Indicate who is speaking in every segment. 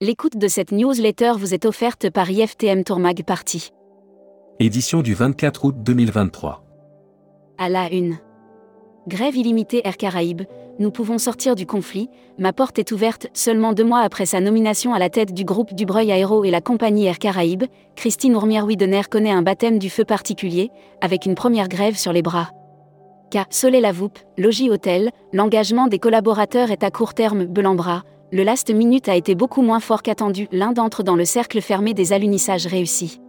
Speaker 1: L'écoute de cette newsletter vous est offerte par IFTM Tourmag Party.
Speaker 2: Édition du 24 août 2023.
Speaker 1: À la une. Grève illimitée Air Caraïbes, nous pouvons sortir du conflit, ma porte est ouverte seulement deux mois après sa nomination à la tête du groupe Dubreuil Aéro et la compagnie Air Caraïbes, Christine Ourmière-Widener connaît un baptême du feu particulier, avec une première grève sur les bras. K. Soleil Lavoupe, Logis Hôtel, l'engagement des collaborateurs est à court terme, Belambra, le last minute a été beaucoup moins fort qu'attendu, l'un d'entre dans le cercle fermé des alunissages réussis.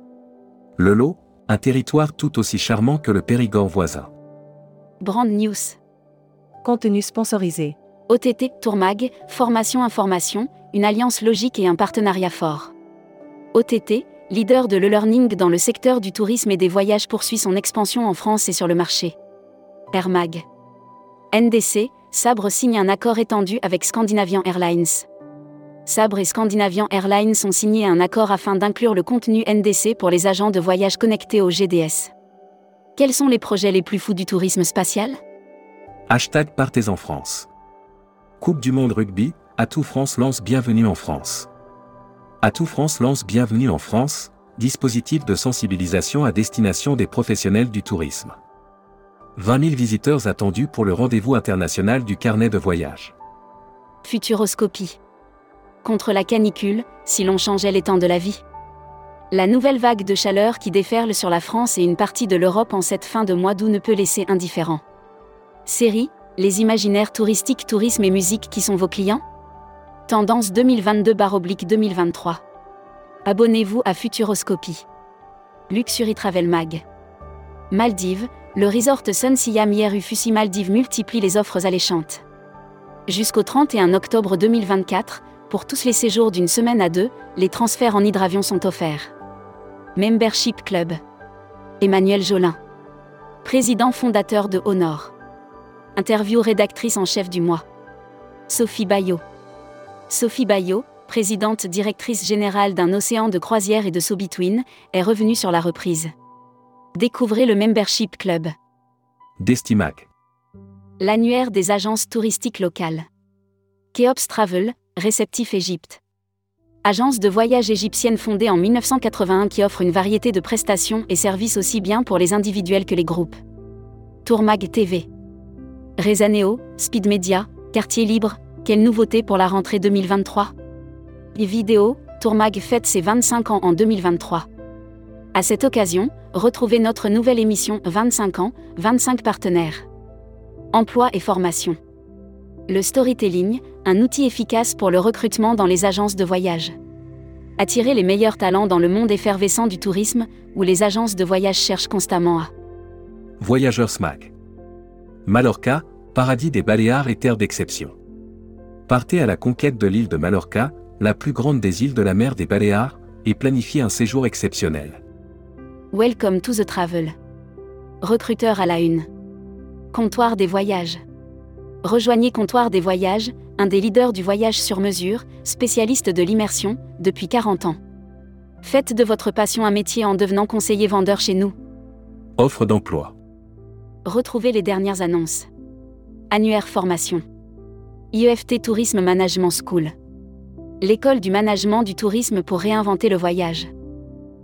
Speaker 2: Le Lot, un territoire tout aussi charmant que le Périgord voisin.
Speaker 1: Brand News.
Speaker 3: Contenu sponsorisé.
Speaker 1: OTT, Tourmag, Formation Information, une alliance logique et un partenariat fort. OTT, leader de l'e-learning dans le secteur du tourisme et des voyages poursuit son expansion en France et sur le marché. Air Mag. NDC, Sabre signe un accord étendu avec Scandinavian Airlines. Sabre et Scandinavian Airlines ont signé un accord afin d'inclure le contenu NDC pour les agents de voyage connectés au GDS. Quels sont les projets les plus fous du tourisme spatial
Speaker 2: Hashtag Partez en France. Coupe du monde rugby, Atout France lance Bienvenue en France. Atout France lance Bienvenue en France, dispositif de sensibilisation à destination des professionnels du tourisme. 20 000 visiteurs attendus pour le rendez-vous international du carnet de voyage.
Speaker 1: Futuroscopie. Contre la canicule, si l'on changeait les temps de la vie. La nouvelle vague de chaleur qui déferle sur la France et une partie de l'Europe en cette fin de mois d'août ne peut laisser indifférent. Série, les imaginaires touristiques, tourisme et musique qui sont vos clients Tendance 2022-2023. Abonnez-vous à Futuroscopie. Luxury Travel Mag. Maldives, le resort Sun Siam Fusi Maldives multiplie les offres alléchantes. Jusqu'au 31 octobre 2024, pour tous les séjours d'une semaine à deux, les transferts en hydravion sont offerts. Membership Club. Emmanuel Jolin. Président fondateur de Honor. Interview rédactrice en chef du mois. Sophie Bayot. Sophie Bayot, présidente directrice générale d'un océan de croisière et de Sobitwin, est revenue sur la reprise. Découvrez le Membership Club,
Speaker 2: Destimac.
Speaker 1: l'annuaire des agences touristiques locales. Keops Travel, réceptif Égypte. Agence de voyage égyptienne fondée en 1981 qui offre une variété de prestations et services aussi bien pour les individuels que les groupes. Tourmag TV. Rezaneo, Speed Media, Quartier Libre, quelle nouveauté pour la rentrée 2023 Les vidéos, Tourmag fête ses 25 ans en 2023. À cette occasion, retrouvez notre nouvelle émission 25 ans, 25 partenaires. Emploi et formation. Le storytelling, un outil efficace pour le recrutement dans les agences de voyage. Attirer les meilleurs talents dans le monde effervescent du tourisme, où les agences de voyage cherchent constamment à
Speaker 2: Voyageurs SMAC. Mallorca, paradis des Baléares et terre d'exception. Partez à la conquête de l'île de Mallorca, la plus grande des îles de la mer des Baléares, et planifiez un séjour exceptionnel.
Speaker 1: Welcome to the Travel. Recruteur à la une. Comptoir des voyages. Rejoignez Comptoir des voyages, un des leaders du voyage sur mesure, spécialiste de l'immersion, depuis 40 ans. Faites de votre passion un métier en devenant conseiller vendeur chez nous.
Speaker 2: Offre d'emploi.
Speaker 1: Retrouvez les dernières annonces. Annuaire formation. IEFT Tourisme Management School. L'école du management du tourisme pour réinventer le voyage.